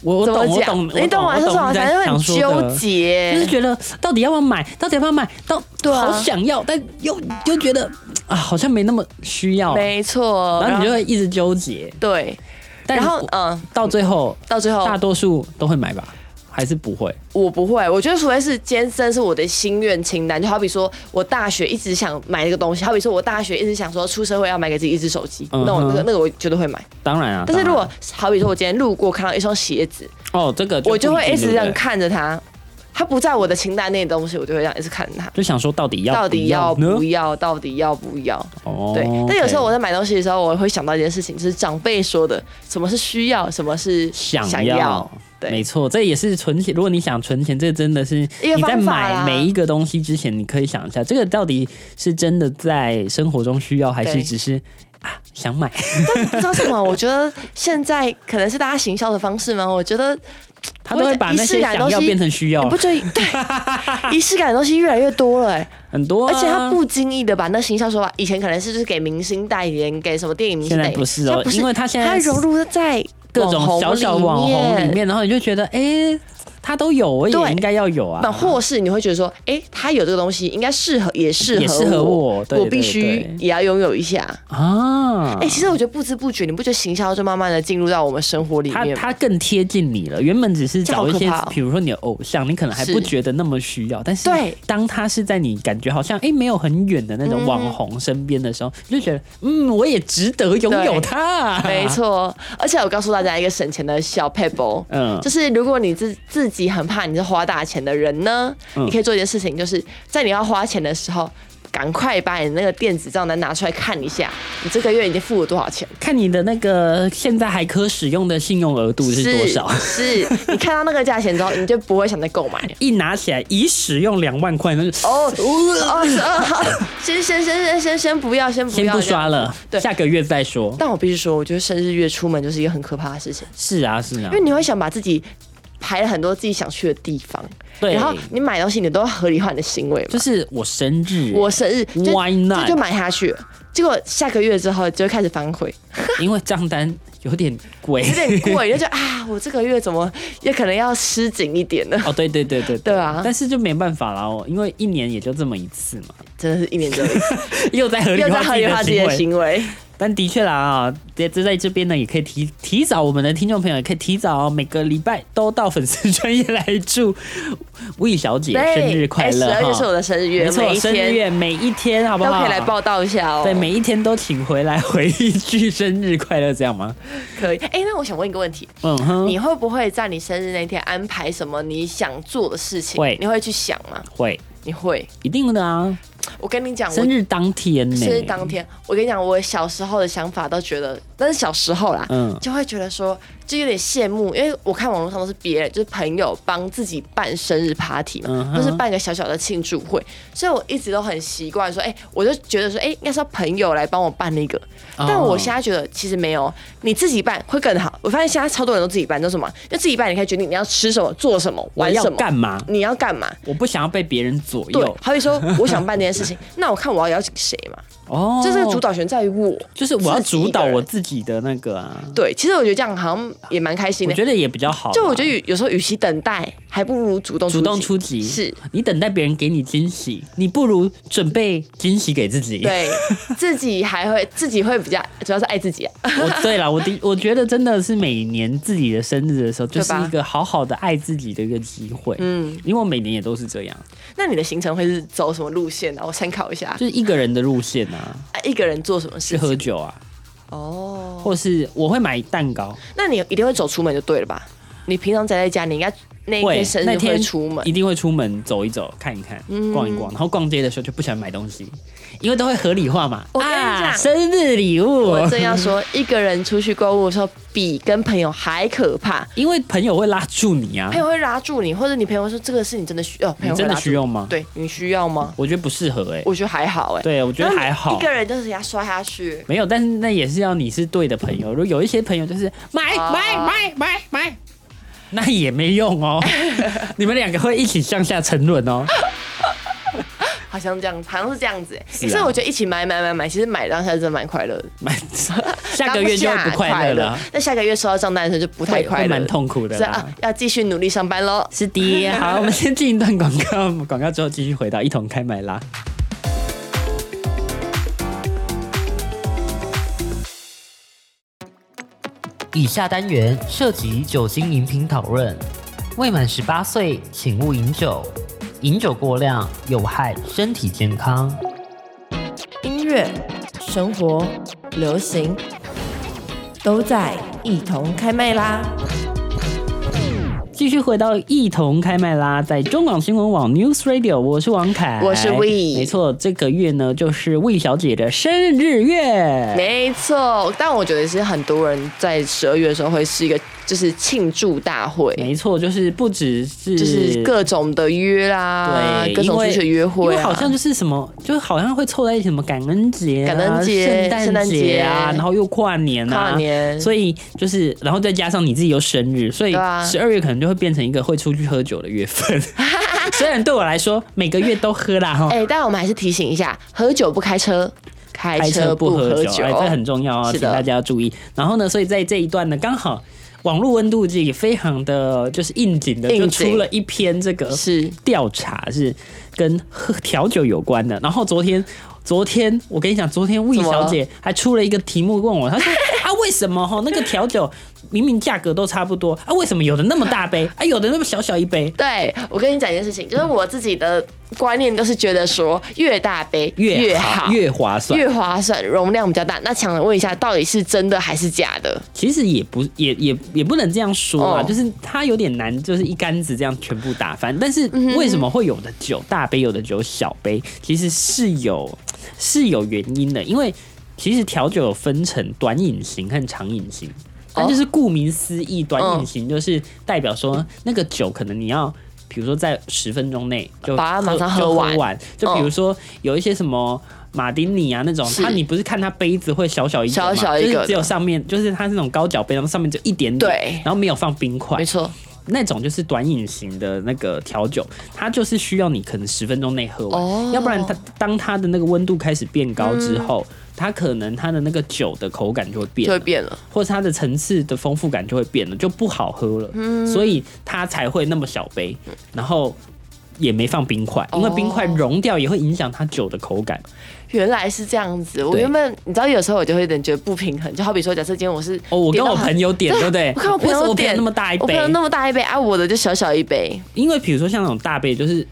[SPEAKER 1] 我我
[SPEAKER 2] 怎么
[SPEAKER 1] 懂我
[SPEAKER 2] 讲
[SPEAKER 1] 懂，，
[SPEAKER 2] 你懂我
[SPEAKER 1] 我
[SPEAKER 2] 意思
[SPEAKER 1] 懂
[SPEAKER 2] 吗？
[SPEAKER 1] 你
[SPEAKER 2] 反
[SPEAKER 1] 在
[SPEAKER 2] 正会
[SPEAKER 1] 想
[SPEAKER 2] 很
[SPEAKER 1] 说
[SPEAKER 2] 纠
[SPEAKER 1] 的就是
[SPEAKER 2] 结。
[SPEAKER 1] 觉得到底要不要买，到底要不要买，到
[SPEAKER 2] 对啊
[SPEAKER 1] 好想要，但又又觉得啊，好像没那么需要，
[SPEAKER 2] 没错，
[SPEAKER 1] 然后你就会一直纠结。
[SPEAKER 2] 对，
[SPEAKER 1] 但
[SPEAKER 2] 然后哦
[SPEAKER 1] 我
[SPEAKER 2] 嗯，
[SPEAKER 1] 到最后，
[SPEAKER 2] 到最后
[SPEAKER 1] 大多数都会买吧，还是不会？
[SPEAKER 2] 我不会，我觉得除非是今天真的是我的心愿清单，就好比说我大学一直想买一个东西，好比说我大学一直想说出社会要买给自己一只手机，
[SPEAKER 1] 嗯哼
[SPEAKER 2] 那我那个那个我绝对会买。
[SPEAKER 1] 当然啊，
[SPEAKER 2] 但是
[SPEAKER 1] 当
[SPEAKER 2] 如
[SPEAKER 1] 然
[SPEAKER 2] 果好比说我今天路过看到一双鞋子，
[SPEAKER 1] 哦，这个
[SPEAKER 2] 我就
[SPEAKER 1] 不
[SPEAKER 2] 会
[SPEAKER 1] 定
[SPEAKER 2] 一直
[SPEAKER 1] 对
[SPEAKER 2] 这
[SPEAKER 1] 不对
[SPEAKER 2] 样看着它，它不在我的清单内的东西，我就会这样一直看着它。
[SPEAKER 1] 就想说到底要
[SPEAKER 2] 到底要
[SPEAKER 1] 呢
[SPEAKER 2] 不？要？到底要不要？
[SPEAKER 1] 哦
[SPEAKER 2] 对，但有时候我
[SPEAKER 1] ，OK
[SPEAKER 2] 在买东西的时候，我会想到一件事情，就是长辈说的，什么是需要，什么是
[SPEAKER 1] 想
[SPEAKER 2] 要
[SPEAKER 1] 要。
[SPEAKER 2] 对
[SPEAKER 1] 没错，这也是存钱。如果你想存钱，这真的是
[SPEAKER 2] 一个
[SPEAKER 1] 你在
[SPEAKER 2] 方法
[SPEAKER 1] 买
[SPEAKER 2] 啦
[SPEAKER 1] 每一个东西之前，你可以想一下，这个到底是真的在生活中需要，还是
[SPEAKER 2] 对
[SPEAKER 1] 只是啊想买？
[SPEAKER 2] 不知道为什么，我觉得现在可能是大家行销的方式吗？我觉得
[SPEAKER 1] 他都会把那些想要变成需
[SPEAKER 2] 你
[SPEAKER 1] 要
[SPEAKER 2] 不，觉得对 仪式感的东西越来越多了、欸，
[SPEAKER 1] 很多啊、
[SPEAKER 2] 而且他不经意的把那行销手法，以前可能是就是给明星代言，给什么电影明星
[SPEAKER 1] 现
[SPEAKER 2] 代
[SPEAKER 1] 在
[SPEAKER 2] 言，
[SPEAKER 1] 不是哦
[SPEAKER 2] 它，不是
[SPEAKER 1] 因为他现
[SPEAKER 2] 它
[SPEAKER 1] 在
[SPEAKER 2] 融入在
[SPEAKER 1] 各种小小网红里。面，然后你就觉得，哎、他都有，我也
[SPEAKER 2] 对
[SPEAKER 1] 应该要有啊
[SPEAKER 2] 那。或是你会觉得说，哎、他有这个东西，应该适合，也适合
[SPEAKER 1] 也适合我对
[SPEAKER 2] 我必
[SPEAKER 1] 对
[SPEAKER 2] 须
[SPEAKER 1] 对
[SPEAKER 2] 也要拥有一下。
[SPEAKER 1] 啊
[SPEAKER 2] 哎、，其实我觉得不知不觉，你不觉得行销就慢慢的进入到我们生活里
[SPEAKER 1] 他
[SPEAKER 2] 面吗？
[SPEAKER 1] 他更贴近你了。原本只是找一
[SPEAKER 2] 这
[SPEAKER 1] 些
[SPEAKER 2] 好可怕哦，
[SPEAKER 1] 比如说你的偶像，你可能还
[SPEAKER 2] 是
[SPEAKER 1] 不觉得那么需要，但是
[SPEAKER 2] 对
[SPEAKER 1] 当他是在你感觉好像哎、诶没有很远的那种网红身边的时候，你就觉得嗯，我也值得拥有他。
[SPEAKER 2] 没，错，而且我告诉大家一个省钱的小 p e b b l
[SPEAKER 1] 嗯
[SPEAKER 2] 就是如果你自自己很怕你是花大钱的人呢，
[SPEAKER 1] 嗯
[SPEAKER 2] 你可以做一件事情，就是在你要花钱的时候，赶快把你那个电子账单拿出来看一下，你这个月已经付了多少钱。
[SPEAKER 1] 看你的那个现在还可使用的信用额度是多少。
[SPEAKER 2] 是，是你看到那个价钱之后，你就不会想再购买了。
[SPEAKER 1] 一拿起来已使用两万块，那就
[SPEAKER 2] 哦，哦，是哦好先先先先先先不要，先不
[SPEAKER 1] 先
[SPEAKER 2] 要，
[SPEAKER 1] 不刷了，
[SPEAKER 2] 对
[SPEAKER 1] 下个月再说。
[SPEAKER 2] 但我必须说，我觉得生日月出门就是一个很可怕的事情，
[SPEAKER 1] 是啊，是啊
[SPEAKER 2] 因为，你会想把自己排了很多自己想去的地方，
[SPEAKER 1] 对，
[SPEAKER 2] 然后你买东西你都要合理化你的行为嘛
[SPEAKER 1] 就。是我生日，
[SPEAKER 2] 我生日就
[SPEAKER 1] Why not？
[SPEAKER 2] 就就买下去了，结果下个月之后就会开始反悔，
[SPEAKER 1] 因为账单有点贵，
[SPEAKER 2] 有点贵，就觉得啊，我这个月怎么也可能要吃紧一点呢？
[SPEAKER 1] 哦，对对对对
[SPEAKER 2] 对啊
[SPEAKER 1] 但是就没办法啦，哦，因为一年也就这么一次嘛，
[SPEAKER 2] 真的是一年只有一次，
[SPEAKER 1] 又 在合理
[SPEAKER 2] 又在
[SPEAKER 1] 化自
[SPEAKER 2] 合
[SPEAKER 1] 己
[SPEAKER 2] 理化
[SPEAKER 1] 的
[SPEAKER 2] 自己
[SPEAKER 1] 行
[SPEAKER 2] 的
[SPEAKER 1] 为。
[SPEAKER 2] 行为。
[SPEAKER 1] 但的确啦啊，在这在这边呢，也可以提提早我们的听众朋友，也可以提早每个礼拜都到粉丝专业来祝 魏小姐生日快乐
[SPEAKER 2] 哎十二月是我
[SPEAKER 1] 哈。
[SPEAKER 2] 的生日月，
[SPEAKER 1] 没错，
[SPEAKER 2] 每一
[SPEAKER 1] 生日
[SPEAKER 2] 天
[SPEAKER 1] 月每一天好不
[SPEAKER 2] 都
[SPEAKER 1] 好？
[SPEAKER 2] 可以来报道一下哦。
[SPEAKER 1] 对，每一天都请回来回一句生日快乐，这样吗？
[SPEAKER 2] 可以。哎，那我想问一个问题，
[SPEAKER 1] 嗯哼，
[SPEAKER 2] 你会不会在你生日那天安排什么你想做的事情？
[SPEAKER 1] 会
[SPEAKER 2] 你会去想吗？
[SPEAKER 1] 会
[SPEAKER 2] 你会？
[SPEAKER 1] 一定的啊，
[SPEAKER 2] 我跟你讲，我
[SPEAKER 1] 生日当天呢、
[SPEAKER 2] 生日当天，我跟你讲，我小时候的想法都觉得但是小时候啦，
[SPEAKER 1] 嗯
[SPEAKER 2] 就会觉得说，就有点羡慕，因为我看网络上都是别人，就是朋友帮自己办生日 party
[SPEAKER 1] 嗯
[SPEAKER 2] 嘛，
[SPEAKER 1] 哼
[SPEAKER 2] 或是办个小小的庆祝会，所以我一直都很习惯说，哎、我就觉得说，哎、应该是要朋友来帮我办那个，
[SPEAKER 1] 哦
[SPEAKER 2] 但我现在觉得其实没有，你自己办会更好。我发现现在超多人都自己办，都什么，就自己办，你可以决定你要吃什么、做什么、
[SPEAKER 1] 我
[SPEAKER 2] 玩
[SPEAKER 1] 要
[SPEAKER 2] 什么、
[SPEAKER 1] 干嘛？
[SPEAKER 2] 你要干嘛。
[SPEAKER 1] 我不想要被别人左
[SPEAKER 2] 对
[SPEAKER 1] 右，
[SPEAKER 2] 好比说，我想办这件事情，那我看我要邀请谁 嘛，
[SPEAKER 1] 哦，
[SPEAKER 2] 就这个主导权在于我。
[SPEAKER 1] 就是我要
[SPEAKER 2] 自己一个
[SPEAKER 1] 主导我
[SPEAKER 2] 人
[SPEAKER 1] 自己的那个啊，
[SPEAKER 2] 对，其实我觉得这样好像也蛮开心
[SPEAKER 1] 我
[SPEAKER 2] 的。
[SPEAKER 1] 觉得也比较好啦。
[SPEAKER 2] 就我觉得有有时候，与其等待，还不如主动
[SPEAKER 1] 主动
[SPEAKER 2] 击
[SPEAKER 1] 出击，
[SPEAKER 2] 是
[SPEAKER 1] 你等待别人给你惊喜，你不如准备惊喜给自己。
[SPEAKER 2] 对自己还会自己会比较，主要是爱自己啊。
[SPEAKER 1] 我对了，我的我觉得真的是每年自己的生日的时候，就是
[SPEAKER 2] 对吧
[SPEAKER 1] 一个好好的爱自己的一个机会。嗯，因为我每年也都是这样，
[SPEAKER 2] 那你的行程会是走什么路线呢、啊？我参考一下，
[SPEAKER 1] 就是一个人的路线啊，
[SPEAKER 2] 啊一个人做什么
[SPEAKER 1] 去
[SPEAKER 2] 事
[SPEAKER 1] 喝
[SPEAKER 2] 情？
[SPEAKER 1] 酒啊，
[SPEAKER 2] 哦，
[SPEAKER 1] 或是我会买蛋糕，
[SPEAKER 2] 那你一定会走出门就对了吧？你平常宅在家，你应该那一
[SPEAKER 1] 会
[SPEAKER 2] 天生
[SPEAKER 1] 那
[SPEAKER 2] 日会
[SPEAKER 1] 天
[SPEAKER 2] 出门嗯
[SPEAKER 1] 一。定会出门走一走，看一看，逛一逛，然后逛街的时候就不喜欢买东西，因为都会合理化嘛。
[SPEAKER 2] 我跟你
[SPEAKER 1] 啊，
[SPEAKER 2] 讲
[SPEAKER 1] 生日礼物，
[SPEAKER 2] 我正要说，一个人出去购物的时候，比跟朋友还可怕。
[SPEAKER 1] 因为朋友会拉住你啊
[SPEAKER 2] 朋，友会拉住你，或者你朋友说这个是你真的需要，朋
[SPEAKER 1] 你
[SPEAKER 2] 友会
[SPEAKER 1] 真的
[SPEAKER 2] 拉住
[SPEAKER 1] 需要吗？
[SPEAKER 2] 对你需要吗？
[SPEAKER 1] 我觉得不适合哎、
[SPEAKER 2] 我觉得还好哎、
[SPEAKER 1] 对我觉得还好
[SPEAKER 2] 一个人就是要摔下去，
[SPEAKER 1] 没有，但是那也是要你是对的朋友。如果有一些朋友就是买
[SPEAKER 2] 啊
[SPEAKER 1] 买买买买，那也没用 哦。你们两个会一起向下沉沦哦。
[SPEAKER 2] 好像这样，好像是这样子、欸。
[SPEAKER 1] 啊
[SPEAKER 2] 所以我觉得一起买买买买，其实买当下真的蛮快乐的。
[SPEAKER 1] 买下个月就会不快乐了
[SPEAKER 2] 当下，那下个月收到账单的时候就不太
[SPEAKER 1] 会
[SPEAKER 2] 快
[SPEAKER 1] 会
[SPEAKER 2] 乐，
[SPEAKER 1] 蛮痛苦的
[SPEAKER 2] 是
[SPEAKER 1] 啦
[SPEAKER 2] 啊。，要继续努力上班喽。
[SPEAKER 1] 是的，好，我们先进一段广告，广告之后继续回到一同开麦啦。
[SPEAKER 3] 以下单元涉及酒精饮品讨论，未满十八岁请勿饮酒，饮酒过量有害身体健康。
[SPEAKER 4] 音乐、生活、流行，都在一同开麦啦！
[SPEAKER 1] 继续回到一同开麦啦，在中广新闻网 News Radio，我是王凯，
[SPEAKER 2] 我是 We
[SPEAKER 1] 没错，这个月呢就是 We 小姐的生日月，
[SPEAKER 2] 没错，但我觉得是很多人在十二月的时候会是一个就是庆祝大会，
[SPEAKER 1] 没错，就是不只是
[SPEAKER 2] 就是各种的约啦，
[SPEAKER 1] 对，
[SPEAKER 2] 啊各种出去的约会
[SPEAKER 1] 因为
[SPEAKER 2] 啊，
[SPEAKER 1] 好像就是什么，就好像会凑在一起什么感恩节啊、
[SPEAKER 2] 感恩节
[SPEAKER 1] 圣诞节啊，
[SPEAKER 2] 圣诞节
[SPEAKER 1] 然后又跨年啊，
[SPEAKER 2] 跨年
[SPEAKER 1] 所以就是，然后再加上你自己又生日，所以
[SPEAKER 2] 对啊
[SPEAKER 1] 十二月可能就会变成一个会出去喝酒的月 份。虽然对我来说每个月都喝啦哈，
[SPEAKER 2] 哎、但我们还是提醒一下，喝酒不开车，开
[SPEAKER 1] 开车不
[SPEAKER 2] 不
[SPEAKER 1] 喝酒，
[SPEAKER 2] 酒，
[SPEAKER 1] 哎，这很重要啊，
[SPEAKER 2] 是
[SPEAKER 1] 请
[SPEAKER 2] 的
[SPEAKER 1] 大家要注意。然后呢，所以在这一段呢，刚好网络温度计也非常的就是应景的，就
[SPEAKER 2] 应景
[SPEAKER 1] 出了一篇这个
[SPEAKER 2] 是
[SPEAKER 1] 调查是跟喝调酒有关的。然后昨天，昨天我跟你讲，昨天魏
[SPEAKER 2] 怎么了
[SPEAKER 1] 小姐还出了一个题目问我，她说 啊，为什么哈那个调酒明明价格都差不多啊，为什么有的那么大杯啊，有的那么小小一杯？
[SPEAKER 2] 对我跟你讲一件事情，就是我自己的观念都是觉得说，越大杯
[SPEAKER 1] 越
[SPEAKER 2] 好，
[SPEAKER 1] 越划算，
[SPEAKER 2] 越划算，容量比较大。那想问一下，到底是真的还是假的？
[SPEAKER 1] 其实也不也也也不能这样说啊，
[SPEAKER 2] 哦
[SPEAKER 1] 就是它有点难，就是一竿子这样全部打翻。但
[SPEAKER 2] 嗯
[SPEAKER 1] 是为什么会有的酒大杯，有的酒小杯，其实是有是有原因的，因为其实调酒有分成短饮型和长饮
[SPEAKER 2] 哦
[SPEAKER 1] 型。它就是顾名思义，短饮型就是代表说那个酒可能你要，比如说在十分钟内就
[SPEAKER 2] 把它马上
[SPEAKER 1] 就
[SPEAKER 2] 喝
[SPEAKER 1] 喝
[SPEAKER 2] 完
[SPEAKER 1] 完。就比如说有一些什么马丁尼啊那种，
[SPEAKER 2] 是
[SPEAKER 1] 它你不是看它杯子会小小一个嘛，
[SPEAKER 2] 小小一
[SPEAKER 1] 就
[SPEAKER 2] 个
[SPEAKER 1] 是只有上面就是它是那种高脚杯，然后上面只有一点点，
[SPEAKER 2] 对
[SPEAKER 1] 然后没有放冰块
[SPEAKER 2] 没，错，
[SPEAKER 1] 那种就是短饮型的那个调酒，它就是需要你可能十分钟内喝完，
[SPEAKER 2] 哦
[SPEAKER 1] 要不然它当它的那个温度开始变高之后，它可能它的那个酒的口感就会变
[SPEAKER 2] 嗯就
[SPEAKER 1] 了，
[SPEAKER 2] 会变了。
[SPEAKER 1] 或是它的层次的丰富感就会变了，就不好喝了，
[SPEAKER 2] 嗯
[SPEAKER 1] 所以它才会那么小杯，然后。也没放冰块，
[SPEAKER 2] 哦
[SPEAKER 1] 因为冰块融掉也会影响它酒的口感。
[SPEAKER 2] 原来是这样子。我
[SPEAKER 1] 对
[SPEAKER 2] 原本你知道，有时候我就会有点觉得不平衡。就好比说，假设今天我是
[SPEAKER 1] 哦，我跟
[SPEAKER 2] 点到
[SPEAKER 1] 我
[SPEAKER 2] 很
[SPEAKER 1] 朋友点，对不对？
[SPEAKER 2] 我看我朋
[SPEAKER 1] 为什么
[SPEAKER 2] 友
[SPEAKER 1] 我朋友
[SPEAKER 2] 点
[SPEAKER 1] 那么大一
[SPEAKER 2] 我朋
[SPEAKER 1] 杯
[SPEAKER 2] 友，那么大一杯啊，我的就小小一杯，
[SPEAKER 1] 因为比如说像那种大杯，就是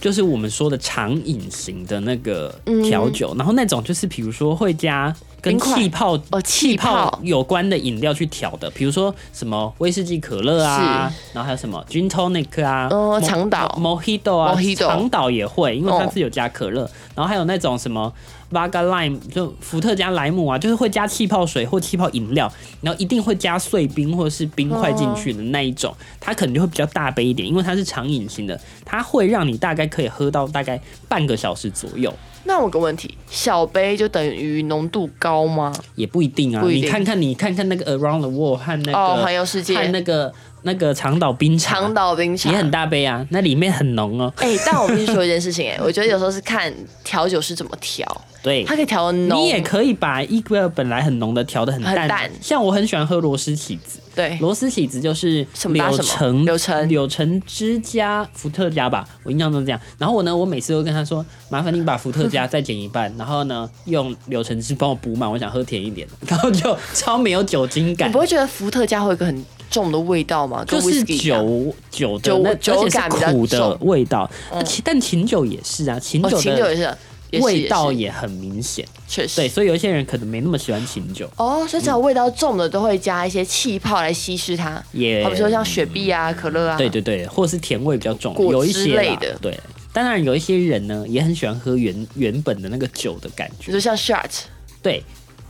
[SPEAKER 1] 就是我们说的长饮型的那个调酒，然后那种就是比如说会加跟
[SPEAKER 2] 嗯冰块
[SPEAKER 1] 气泡
[SPEAKER 2] 哦气泡
[SPEAKER 1] 有关的饮料去调的，比如说什么威士忌可乐啊，然后还有什么 gin tonic 啊，
[SPEAKER 2] 哦
[SPEAKER 1] Mo-
[SPEAKER 2] 长岛
[SPEAKER 1] mojito 啊
[SPEAKER 2] Mojito
[SPEAKER 1] 长岛也会，因为它
[SPEAKER 2] 哦
[SPEAKER 1] 是有加可乐，然后还有那种什么 Vaga Lime 就伏特加莱姆啊，就是会加气泡水或气泡饮料，然后一定会加碎冰或者是冰块进去的那一种，它可能就会比较大杯一点，因为它是常饮型的，它会让你大概可以喝到大概半个小时左右。
[SPEAKER 2] 那我有个问题，小杯就等于浓度高吗？
[SPEAKER 1] 也不一定啊，
[SPEAKER 2] 不一定
[SPEAKER 1] 你看看你看看那个 Around the World 和那个、
[SPEAKER 2] 哦环游世界
[SPEAKER 1] 和那个那个长岛冰茶，
[SPEAKER 2] 长岛冰茶
[SPEAKER 1] 也很。大杯啊，那里面很浓哦。
[SPEAKER 2] 哎、但我必须说一件事 情、哎，我觉得有时候是看调酒师怎么调，
[SPEAKER 1] 对
[SPEAKER 2] 它，可以调的浓，
[SPEAKER 1] 哎你也可以把一个本来很浓的调的很淡，
[SPEAKER 2] 很淡
[SPEAKER 1] 像我很喜欢喝螺丝起子，
[SPEAKER 2] 对，
[SPEAKER 1] 螺丝起子就是
[SPEAKER 2] 什么搭
[SPEAKER 1] 柳
[SPEAKER 2] 什么
[SPEAKER 1] 橙
[SPEAKER 2] 柳橙
[SPEAKER 1] 柳橙汁加伏特加吧，我印象中是这样。然后我呢，我每次都跟他说，麻烦你把伏特加再减一半，然后呢用柳橙汁帮我补满，我想喝甜一点的，然后就超没有酒精
[SPEAKER 2] 你
[SPEAKER 1] 感
[SPEAKER 2] 不。会觉得伏特加会有一个很重的味道吗？
[SPEAKER 1] 就
[SPEAKER 2] 跟
[SPEAKER 1] 是
[SPEAKER 2] whisky 一样，哦
[SPEAKER 1] 酒酒的那，
[SPEAKER 2] 酒酒
[SPEAKER 1] 而且是
[SPEAKER 2] 感比较
[SPEAKER 1] 苦的
[SPEAKER 2] 重嗯
[SPEAKER 1] 味道，那其但琴酒也是啊，琴
[SPEAKER 2] 哦，
[SPEAKER 1] 酒
[SPEAKER 2] 琴酒也
[SPEAKER 1] 的
[SPEAKER 2] 是，也是
[SPEAKER 1] 味道
[SPEAKER 2] 也
[SPEAKER 1] 也很明显，
[SPEAKER 2] 是确实
[SPEAKER 1] 对，。所以有一些人可能没那么喜欢琴酒，
[SPEAKER 2] 哦，所以只要味道重的都会加一些气泡来稀释它，
[SPEAKER 1] 也
[SPEAKER 2] 好比说像雪碧啊、可乐啊，
[SPEAKER 1] 对对对，或者是甜味比较重，
[SPEAKER 2] 果
[SPEAKER 1] 有一
[SPEAKER 2] 汁
[SPEAKER 1] 些啦
[SPEAKER 2] 类的
[SPEAKER 1] 对。当然，有一些人呢也很喜欢喝原原本的那个酒的感
[SPEAKER 2] 比
[SPEAKER 1] 觉，
[SPEAKER 2] 如像 shot，
[SPEAKER 1] 对，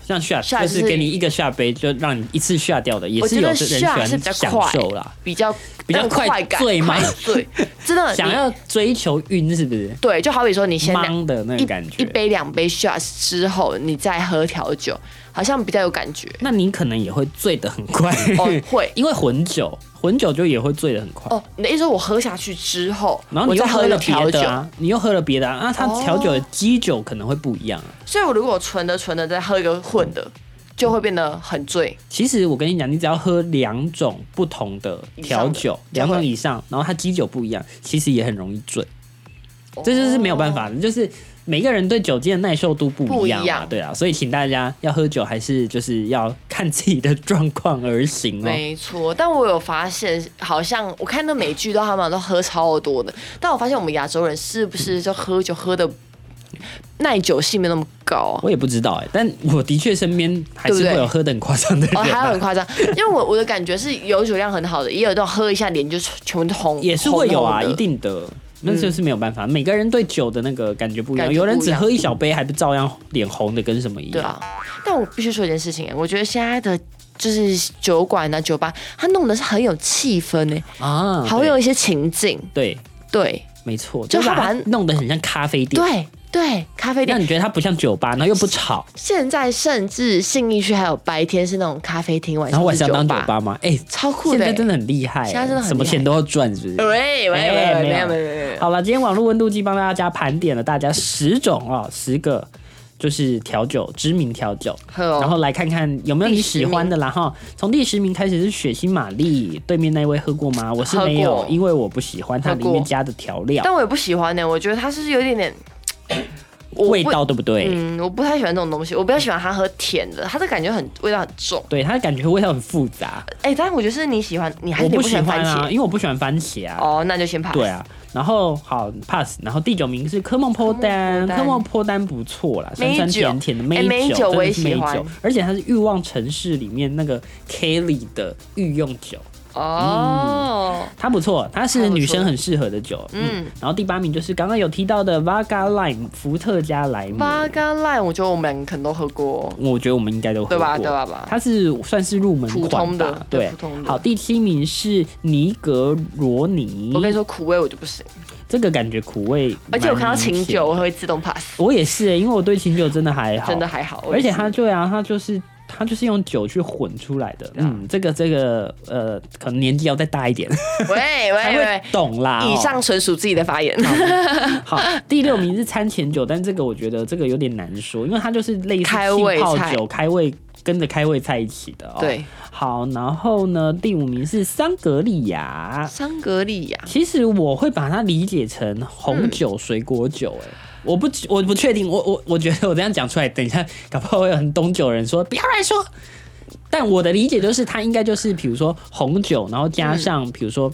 [SPEAKER 1] 像 shot
[SPEAKER 2] shot
[SPEAKER 1] 就
[SPEAKER 2] 就是是
[SPEAKER 1] 给你一个 shot 杯，就让你一次 shot 掉的，也
[SPEAKER 2] 我
[SPEAKER 1] 是
[SPEAKER 2] 觉
[SPEAKER 1] 有
[SPEAKER 2] 得
[SPEAKER 1] 人喜
[SPEAKER 2] shot
[SPEAKER 1] 欢
[SPEAKER 2] 是比较
[SPEAKER 1] 享
[SPEAKER 2] 快
[SPEAKER 1] 受啦，，
[SPEAKER 2] 比较
[SPEAKER 1] 比较
[SPEAKER 2] 那个
[SPEAKER 1] 快
[SPEAKER 2] 快感
[SPEAKER 1] 醉吗
[SPEAKER 2] 快醉，真的
[SPEAKER 1] 想
[SPEAKER 2] 呃你
[SPEAKER 1] 要追求晕是不是？
[SPEAKER 2] 对，就好比说你先两
[SPEAKER 1] 懵的那个感
[SPEAKER 2] 一
[SPEAKER 1] 觉
[SPEAKER 2] 一。杯两杯 shot 之后，你再喝调酒，好像比较有感觉。
[SPEAKER 1] 那你可能也会醉得很快，
[SPEAKER 2] 哦，会
[SPEAKER 1] 因为混酒，混酒就也会醉得很快。
[SPEAKER 2] 哦，你的意思说我喝下去之后，
[SPEAKER 1] 然后你又
[SPEAKER 2] 我再
[SPEAKER 1] 喝
[SPEAKER 2] 喝一
[SPEAKER 1] 了
[SPEAKER 2] 个
[SPEAKER 1] 别
[SPEAKER 2] 调酒
[SPEAKER 1] 的，啊，你又喝了别的啊，那它
[SPEAKER 2] 哦
[SPEAKER 1] 调酒的基酒可能会不一样啊。
[SPEAKER 2] 所以我如果纯的纯的再喝一个混的，就会变得很醉。
[SPEAKER 1] 其实我跟你讲，你只要喝两种不同的调酒，
[SPEAKER 2] 以上的
[SPEAKER 1] 两种以上，然后它基酒不一样，其实也很容易醉。
[SPEAKER 2] 哦
[SPEAKER 1] 这就是没有办法的，就是每个人对酒精的耐受度不一样
[SPEAKER 2] 不
[SPEAKER 1] 嘛，
[SPEAKER 2] 一样
[SPEAKER 1] 对啊，所以请大家要喝酒还是就是要看自己的状况而行哦。
[SPEAKER 2] 没错，但我有发现，好像我看那美剧都他们都喝超多的，但我发现我们亚洲人是不是就喝酒喝的耐久性没那么高啊？
[SPEAKER 1] 我也不知道哎、但我的确身边还是
[SPEAKER 2] 对不
[SPEAKER 1] 会
[SPEAKER 2] 对
[SPEAKER 1] 有喝得很夸张的人、
[SPEAKER 2] 哦，
[SPEAKER 1] 啊
[SPEAKER 2] 还有很夸张，因为我我的感觉是有酒量很好的，也有那种喝一下脸就全部都红，
[SPEAKER 1] 也是会有啊，
[SPEAKER 2] 红红的
[SPEAKER 1] 一定的。那就是没有办法，每个人对酒的那个感觉不一样，
[SPEAKER 2] 感觉
[SPEAKER 1] 有人
[SPEAKER 2] 不一
[SPEAKER 1] 只
[SPEAKER 2] 样
[SPEAKER 1] 喝一小杯还不照样脸红的跟什么一
[SPEAKER 2] 嗯对
[SPEAKER 1] 样。
[SPEAKER 2] 啊，但我必须说一件事情，我觉得现在的就是酒馆啊、酒吧，它弄的是很有气氛呢，
[SPEAKER 1] 啊，
[SPEAKER 2] 还会有一些情境，
[SPEAKER 1] 对，
[SPEAKER 2] 对
[SPEAKER 1] 没错，
[SPEAKER 2] 就
[SPEAKER 1] 就把
[SPEAKER 2] 它
[SPEAKER 1] 它
[SPEAKER 2] 把它
[SPEAKER 1] 弄得很像咖啡店，
[SPEAKER 2] 对对，咖啡
[SPEAKER 1] 让
[SPEAKER 2] 店。
[SPEAKER 1] 你觉得它不像酒吧，然后又不吵，
[SPEAKER 2] 现在甚至信义区还有白天是那种咖啡厅，晚
[SPEAKER 1] 然
[SPEAKER 2] 上
[SPEAKER 1] 后晚
[SPEAKER 2] 是
[SPEAKER 1] 上
[SPEAKER 2] 酒
[SPEAKER 1] 当酒
[SPEAKER 2] 吧，
[SPEAKER 1] 吧吗？哎、
[SPEAKER 2] 超酷
[SPEAKER 1] 现
[SPEAKER 2] 的、
[SPEAKER 1] 在真
[SPEAKER 2] 欸。
[SPEAKER 1] 的很厉害、
[SPEAKER 2] 现在真的很厉害
[SPEAKER 1] 什么钱都要赚，是不是？
[SPEAKER 2] 喂喂
[SPEAKER 1] 哎
[SPEAKER 2] 喂，没有
[SPEAKER 1] 没有
[SPEAKER 2] 没有没有没有，
[SPEAKER 1] 好了，今天网络温度计帮大家盘点了大家十种啊、哦，十个就是调酒知名调酒，
[SPEAKER 2] 喝哦
[SPEAKER 1] 然后来看看有没有你
[SPEAKER 2] 第十
[SPEAKER 1] 喜欢的啦哈。从第十名开始是血腥玛丽，对面那位喝过吗？我是
[SPEAKER 2] 喝过
[SPEAKER 1] 没有，因为我不喜欢它里
[SPEAKER 2] 喝
[SPEAKER 1] 面
[SPEAKER 2] 过
[SPEAKER 1] 加的调料，
[SPEAKER 2] 但我也不喜欢呢、欸我觉得它是有一 点点我不
[SPEAKER 1] 味道对不对？
[SPEAKER 2] 嗯，我不太喜欢这种东西，我比较喜欢它喝甜的，它的感觉很味道很重。
[SPEAKER 1] 对，它的感觉味道很复杂，
[SPEAKER 2] 哎、但是我觉得是你喜欢，你还
[SPEAKER 1] 我
[SPEAKER 2] 是你
[SPEAKER 1] 不
[SPEAKER 2] 喜
[SPEAKER 1] 喜
[SPEAKER 2] 欢
[SPEAKER 1] 欢
[SPEAKER 2] 番
[SPEAKER 1] 啊，
[SPEAKER 2] 茄。
[SPEAKER 1] 因为我不喜欢番茄啊。
[SPEAKER 2] 哦，那就先 pass。
[SPEAKER 1] 对啊，然后好 pass，然后第九名是科梦坡丹，科
[SPEAKER 2] 科
[SPEAKER 1] 梦
[SPEAKER 2] 梦
[SPEAKER 1] 坡丹不错啦，酸
[SPEAKER 2] 美
[SPEAKER 1] 酸
[SPEAKER 2] 酒
[SPEAKER 1] 甜甜的
[SPEAKER 2] 哎美
[SPEAKER 1] 酒，
[SPEAKER 2] 酒
[SPEAKER 1] 真
[SPEAKER 2] 我
[SPEAKER 1] 的
[SPEAKER 2] 也
[SPEAKER 1] 是美
[SPEAKER 2] 喜欢
[SPEAKER 1] 酒，而且它是《欲望城市》里面那个 Kelly 的御用酒，
[SPEAKER 2] 哦，
[SPEAKER 1] 它不错，它
[SPEAKER 2] 还
[SPEAKER 1] 是
[SPEAKER 2] 不错
[SPEAKER 1] 女生很适合的酒。嗯，然后第八名就是刚刚有提到的 Vaga Lime 伏特加莱姆。
[SPEAKER 2] 八嘎烂，我觉得我们两个可能都喝过。
[SPEAKER 1] 我觉得我们应该都喝过，
[SPEAKER 2] 对吧对吧吧
[SPEAKER 1] 它是算是入门
[SPEAKER 2] 普
[SPEAKER 1] 款
[SPEAKER 2] 通的
[SPEAKER 1] 吧，
[SPEAKER 2] 对
[SPEAKER 1] 对
[SPEAKER 2] 普通。的
[SPEAKER 1] 好，第七名是尼格罗尼，
[SPEAKER 2] 我跟你说，苦味我就不行，
[SPEAKER 1] 这个感觉苦味，
[SPEAKER 2] 而且我看到琴酒，我
[SPEAKER 1] 我
[SPEAKER 2] 会自动 pass，
[SPEAKER 1] 我也是、欸因为我对琴酒真的还好，
[SPEAKER 2] 真的还好。我
[SPEAKER 1] 而且
[SPEAKER 2] 也是
[SPEAKER 1] 它对啊，它就是它就是用酒去混出来的。
[SPEAKER 2] 啊
[SPEAKER 1] 嗯，这个这个呃，可能年纪要再大一点
[SPEAKER 2] 喂
[SPEAKER 1] 才
[SPEAKER 2] 喂
[SPEAKER 1] 会
[SPEAKER 2] 喂，
[SPEAKER 1] 懂啦。
[SPEAKER 2] 哎以
[SPEAKER 1] 哦
[SPEAKER 2] 上纯属自己的发言。
[SPEAKER 1] 好，第六名是餐前酒，但这个我觉得这个有点难说，因为它就是类似
[SPEAKER 2] 开
[SPEAKER 1] 气
[SPEAKER 2] 胃
[SPEAKER 1] 泡
[SPEAKER 2] 菜
[SPEAKER 1] 酒开胃。跟着开胃菜一起的哦。
[SPEAKER 2] 对，
[SPEAKER 1] 好，然后呢，第五名是桑格利亚，
[SPEAKER 2] 香格里亚，
[SPEAKER 1] 其实我会把它理解成红酒、水果酒、哎、我不，我不确定，我我我觉得我这样讲出来，等一下搞不好会有很东酒人说不要乱说。但我的理解就是，它应该就是比如说红酒，然后加上
[SPEAKER 2] 嗯
[SPEAKER 1] 比如说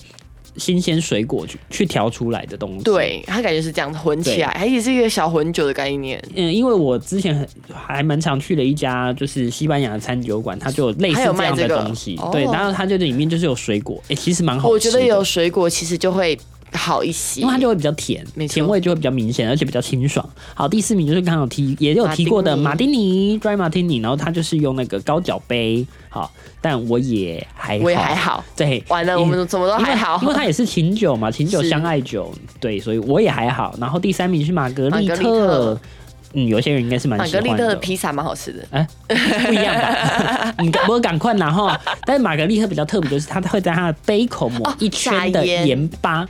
[SPEAKER 1] 新鲜水果去去调出来的东西。，
[SPEAKER 2] 对，它感觉是这样混起来，它也是一个小混酒的概念。
[SPEAKER 1] 嗯，因为我之前很还蛮常去的一家就是西班牙的餐酒馆，它就有类似
[SPEAKER 2] 还有
[SPEAKER 1] 这
[SPEAKER 2] 卖
[SPEAKER 1] 样的
[SPEAKER 2] 这个
[SPEAKER 1] 东西。
[SPEAKER 2] 哦
[SPEAKER 1] 欸对，然后它就里面就是有水果，哎、其实蛮好吃的。
[SPEAKER 2] 我觉得有水果其实就会好一些，
[SPEAKER 1] 因为它就会比较甜
[SPEAKER 2] 没，错
[SPEAKER 1] 甜味就会比较明显，而且比较清爽。好，第四名就是刚刚有提，也有提过的马
[SPEAKER 2] 马
[SPEAKER 1] 丁尼 dry martini，然后它就是用那个高脚杯。好，但我也还
[SPEAKER 2] 我也还好
[SPEAKER 1] 对，
[SPEAKER 2] 完了
[SPEAKER 1] 因
[SPEAKER 2] 我们怎么都还好
[SPEAKER 1] 因为因为它也是琴酒嘛，琴酒
[SPEAKER 2] 是
[SPEAKER 1] 相爱酒，对，所以我也还好。然后第三名是玛格丽
[SPEAKER 2] 玛格丽特
[SPEAKER 1] 特，嗯，有些人应该是蛮
[SPEAKER 2] 玛
[SPEAKER 1] 喜
[SPEAKER 2] 格
[SPEAKER 1] 欢
[SPEAKER 2] 丽特的披萨蛮好吃的，
[SPEAKER 1] 哎，不一样 吧？你赶我赶快拿哈。但是玛格丽特比较特别，就是它会在它的杯口抹
[SPEAKER 2] 哦
[SPEAKER 1] 一圈
[SPEAKER 2] 撒
[SPEAKER 1] 的
[SPEAKER 2] 盐
[SPEAKER 1] 盐巴，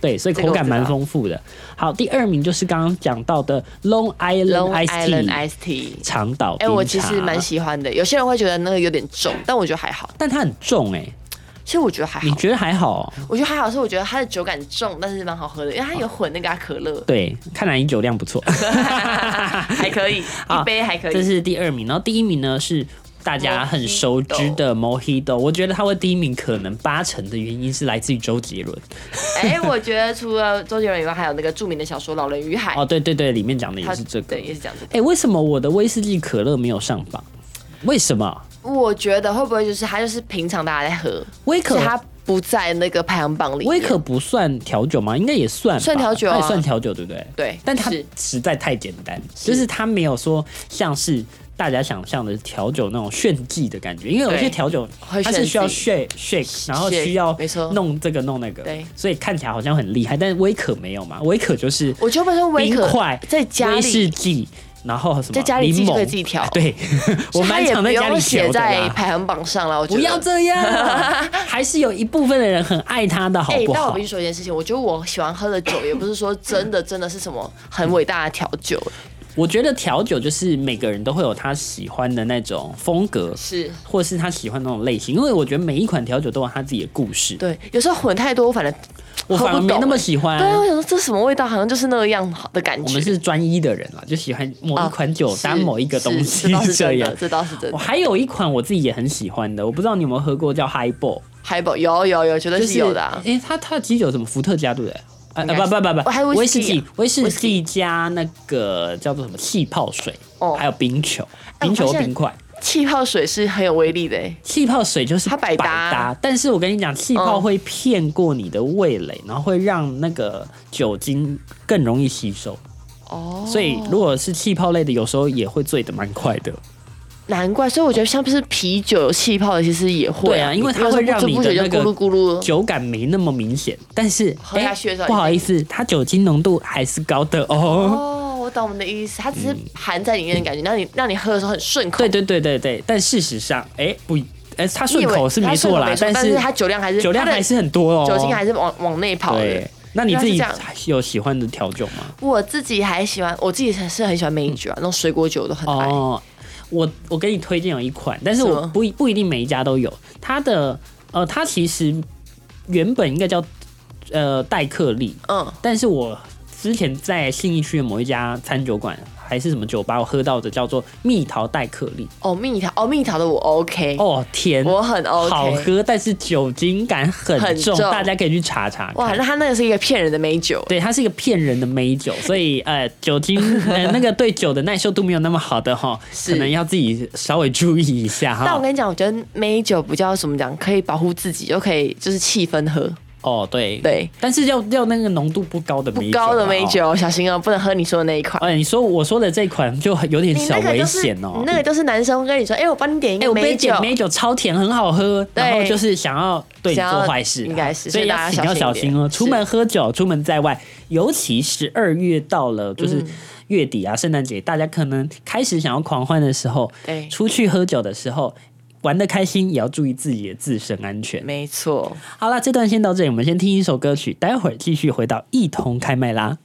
[SPEAKER 1] 对，所以
[SPEAKER 2] 这
[SPEAKER 1] 口
[SPEAKER 2] 个我
[SPEAKER 1] 感
[SPEAKER 2] 知道
[SPEAKER 1] 蛮丰富的。好，第二名就是刚刚讲到的 Long Island
[SPEAKER 2] Long
[SPEAKER 1] Ice
[SPEAKER 2] Island
[SPEAKER 1] Tea
[SPEAKER 2] Ice Tea。
[SPEAKER 1] 长岛冰
[SPEAKER 2] 哎、
[SPEAKER 1] 茶。
[SPEAKER 2] 我其实蛮喜欢的。有些人会觉得那个有点重，但我觉得还好。
[SPEAKER 1] 但它很重哎、
[SPEAKER 2] 其实我觉得还
[SPEAKER 1] 你
[SPEAKER 2] 好，
[SPEAKER 1] 觉得还好哦？
[SPEAKER 2] 我觉得还好是我觉得它的酒感重，但是蛮好喝的，因为它有混那个啊可乐，
[SPEAKER 1] 对，看来你酒量不错。
[SPEAKER 2] 还可以，
[SPEAKER 1] 好
[SPEAKER 2] 一杯还可
[SPEAKER 1] 这
[SPEAKER 2] 以。
[SPEAKER 1] 是第二名，然后第一名呢是大家很熟知的 Mojito。我觉得他会第一名，可能八成的原因是来自于周杰伦。
[SPEAKER 2] 哎、我觉得除了周杰伦以外，还有那个著名的小说《老人与海》
[SPEAKER 1] 哦，对对对，里面讲的也
[SPEAKER 2] 它
[SPEAKER 1] 是这个
[SPEAKER 2] 对，。也是讲这个。
[SPEAKER 1] 哎、为什么我的威士忌可乐没有上榜？为什么？
[SPEAKER 2] 我觉得会不会就是它就是平常大家在喝，
[SPEAKER 1] 威可
[SPEAKER 2] 所以它不在那个排行榜里面。
[SPEAKER 1] 威可不算调酒吗？应该也算吧，
[SPEAKER 2] 算调酒啊
[SPEAKER 1] 它也算调酒，对不对？
[SPEAKER 2] 对
[SPEAKER 1] 但它
[SPEAKER 2] 是
[SPEAKER 1] 实在太简单，就是它没有说像是大家想象的调酒那种炫技的感觉，因为有
[SPEAKER 2] 对
[SPEAKER 1] 些调酒
[SPEAKER 2] 会
[SPEAKER 1] 它是
[SPEAKER 2] 炫
[SPEAKER 1] 需要
[SPEAKER 2] 技
[SPEAKER 1] shake shake，然后需要
[SPEAKER 2] 没错
[SPEAKER 1] 弄这个弄那个，
[SPEAKER 2] 对
[SPEAKER 1] 所以看起来好像很厉害，但威可没有嘛，威可就是
[SPEAKER 2] 我觉得本身威
[SPEAKER 1] 冰
[SPEAKER 2] 可
[SPEAKER 1] 块
[SPEAKER 2] 在家
[SPEAKER 1] 威士
[SPEAKER 2] 里，
[SPEAKER 1] 忌，然后什么
[SPEAKER 2] 在家里自己
[SPEAKER 1] 柠
[SPEAKER 2] 就可以
[SPEAKER 1] 檬
[SPEAKER 2] 自己调
[SPEAKER 1] 对， 我
[SPEAKER 2] 它
[SPEAKER 1] 蛮
[SPEAKER 2] 也
[SPEAKER 1] 常
[SPEAKER 2] 不
[SPEAKER 1] 在家里
[SPEAKER 2] 用
[SPEAKER 1] 调
[SPEAKER 2] 写
[SPEAKER 1] 的
[SPEAKER 2] 在
[SPEAKER 1] 啦。
[SPEAKER 2] 排行榜上了。我觉
[SPEAKER 1] 不
[SPEAKER 2] 得
[SPEAKER 1] 要这样， 还是有一部分的人很爱他的好
[SPEAKER 2] 啊哎，
[SPEAKER 1] 不
[SPEAKER 2] 但我
[SPEAKER 1] 好
[SPEAKER 2] 必？须说一件事情，我觉得我喜欢喝的酒，也不是说真的真的是什么很伟大的调酒，
[SPEAKER 1] 我觉得调酒就是每个人都会有他喜欢的那种风格，
[SPEAKER 2] 是
[SPEAKER 1] 或是他喜欢那种类型，因为我觉得每一款调酒都有他自己的故事。
[SPEAKER 2] 对。有时候混太多，我反正
[SPEAKER 1] 我反而
[SPEAKER 2] 喝不
[SPEAKER 1] 没
[SPEAKER 2] 懂
[SPEAKER 1] 那么喜欢
[SPEAKER 2] 对。啊，我想说这什么味道，好像就是那样的感觉。
[SPEAKER 1] 我们是专一的人啦，就喜欢某一款酒
[SPEAKER 2] 是
[SPEAKER 1] 搭某一个东
[SPEAKER 2] 是
[SPEAKER 1] 西
[SPEAKER 2] 这倒是
[SPEAKER 1] 这
[SPEAKER 2] 真
[SPEAKER 1] 样
[SPEAKER 2] 的，。这倒是真
[SPEAKER 1] 我
[SPEAKER 2] 的。
[SPEAKER 1] 还有一款我自己也很喜欢的，我不知道你有没有喝过，叫 Highball，
[SPEAKER 2] 海宝有有有，绝对
[SPEAKER 1] 就是
[SPEAKER 2] 有的啊。
[SPEAKER 1] 诶，它它的基酒什么伏特加对不对？呃，
[SPEAKER 2] 应
[SPEAKER 1] 呃
[SPEAKER 2] 该
[SPEAKER 1] 不
[SPEAKER 2] 是
[SPEAKER 1] 不不不，
[SPEAKER 2] 哦还有
[SPEAKER 1] 威
[SPEAKER 2] 威
[SPEAKER 1] 士
[SPEAKER 2] 士忌
[SPEAKER 1] 忌
[SPEAKER 2] 啊，
[SPEAKER 1] 威士
[SPEAKER 2] 威士
[SPEAKER 1] 忌
[SPEAKER 2] 忌
[SPEAKER 1] 加那个叫做什么气泡水，
[SPEAKER 2] 哦
[SPEAKER 1] 还有冰球，
[SPEAKER 2] 哎
[SPEAKER 1] 冰
[SPEAKER 2] 我发
[SPEAKER 1] 球
[SPEAKER 2] 现
[SPEAKER 1] 冰块。
[SPEAKER 2] 气泡水是很有威力的欸，
[SPEAKER 1] 气泡水就是
[SPEAKER 2] 它百搭嗯
[SPEAKER 1] 搭，但是我跟你讲，气泡会骗过你的味蕾，然后会让那个酒精更容易吸收。
[SPEAKER 2] 哦
[SPEAKER 1] 所以如果是气泡类的，有时候也会醉得蛮快
[SPEAKER 2] 哦
[SPEAKER 1] 的。
[SPEAKER 2] 难怪。所以我觉得像不是啤酒有气泡的，其实也会
[SPEAKER 1] 对啊，因为它会让你
[SPEAKER 2] 不
[SPEAKER 1] 的
[SPEAKER 2] 知
[SPEAKER 1] 那
[SPEAKER 2] 不觉就咕
[SPEAKER 1] 个
[SPEAKER 2] 噜咕 噜。
[SPEAKER 1] 酒感没那么明显，但是
[SPEAKER 2] 喝下去的时候
[SPEAKER 1] 哎不好意思，它酒精浓度还是高的哦。
[SPEAKER 2] 哦，我懂我们的意思，它只是含在里面的感觉，让你让你喝的时候很顺
[SPEAKER 1] 嗯
[SPEAKER 2] 口。
[SPEAKER 1] 对对对对对，但事实上，哎、不一，哎、它
[SPEAKER 2] 你
[SPEAKER 1] 顺
[SPEAKER 2] 以为
[SPEAKER 1] 口是没错啦
[SPEAKER 2] 它，顺口没错但
[SPEAKER 1] 是
[SPEAKER 2] 它酒量还是
[SPEAKER 1] 酒量
[SPEAKER 2] 它的
[SPEAKER 1] 还是很多哦，
[SPEAKER 2] 酒精还是往往内跑的
[SPEAKER 1] 对。。那你自己
[SPEAKER 2] 原来是这
[SPEAKER 1] 有喜欢的调酒吗？
[SPEAKER 2] 我自己还喜欢，我自己是很喜欢梅酒啊，那种水果酒我都很爱。
[SPEAKER 1] 哦，我我给你推荐有一款，但是
[SPEAKER 2] 哎什
[SPEAKER 1] 我
[SPEAKER 2] 么
[SPEAKER 1] 不一不一定每一家都有。它的呃，它其实原本应该叫呃戴克利，
[SPEAKER 2] 嗯，
[SPEAKER 1] 但是我之前在信义区的某一家餐酒馆还是什么酒吧，我喝到的叫做蜜桃戴克利，
[SPEAKER 2] 哦，蜜桃，哦，蜜桃的我 OK，
[SPEAKER 1] 哦甜，
[SPEAKER 2] 我很 OK。
[SPEAKER 1] 好喝，但是酒精感很
[SPEAKER 2] 很
[SPEAKER 1] 重，
[SPEAKER 2] 重
[SPEAKER 1] 大家可以去查查
[SPEAKER 2] 哇，
[SPEAKER 1] 看。
[SPEAKER 2] 那它那个是一个骗人的美酒。
[SPEAKER 1] 对，它是一个骗人的美酒，所以呃，酒精呃那个对酒的耐受度没有那么好的哈，可
[SPEAKER 2] 是
[SPEAKER 1] 能要自己稍微注意一下哈。
[SPEAKER 2] 但我跟你讲，我觉得美酒比较怎么讲，可以保护自己，又可以就是气氛喝。
[SPEAKER 1] 哦，对，
[SPEAKER 2] 对，
[SPEAKER 1] 但是要要那个浓度不高的
[SPEAKER 2] 不
[SPEAKER 1] 美酒，
[SPEAKER 2] 高的美
[SPEAKER 1] 哦。
[SPEAKER 2] 酒，小心哦，不能喝你说的那一款。
[SPEAKER 1] 哎，你说我说的这款就有点
[SPEAKER 2] 你
[SPEAKER 1] 小
[SPEAKER 2] 那个
[SPEAKER 1] 危
[SPEAKER 2] 就是，
[SPEAKER 1] 险
[SPEAKER 2] 你
[SPEAKER 1] 哦。
[SPEAKER 2] 那个就是男生跟你说，哎，我帮你点一
[SPEAKER 1] 哎，
[SPEAKER 2] 个
[SPEAKER 1] 我杯
[SPEAKER 2] 美酒
[SPEAKER 1] 酒，美酒超甜，很好喝，然后
[SPEAKER 2] 对
[SPEAKER 1] 就是想要对你
[SPEAKER 2] 想要
[SPEAKER 1] 做坏事，
[SPEAKER 2] 应该是
[SPEAKER 1] 所以
[SPEAKER 2] 所以
[SPEAKER 1] 要
[SPEAKER 2] 大家
[SPEAKER 1] 请要小
[SPEAKER 2] 小心一点
[SPEAKER 1] 心哦。出
[SPEAKER 2] 是
[SPEAKER 1] 门喝酒，出门在外，尤其十二月到了，就是
[SPEAKER 2] 嗯
[SPEAKER 1] 月底啊，圣诞节，大家可能开始想要狂欢的时候，
[SPEAKER 2] 对
[SPEAKER 1] 出去喝酒的时候，玩的开心也要注意自己的自身安全。
[SPEAKER 2] 没错。
[SPEAKER 1] 好了，这段先到这里，我们先听一首歌曲，待会儿继续回到一同开麦啦。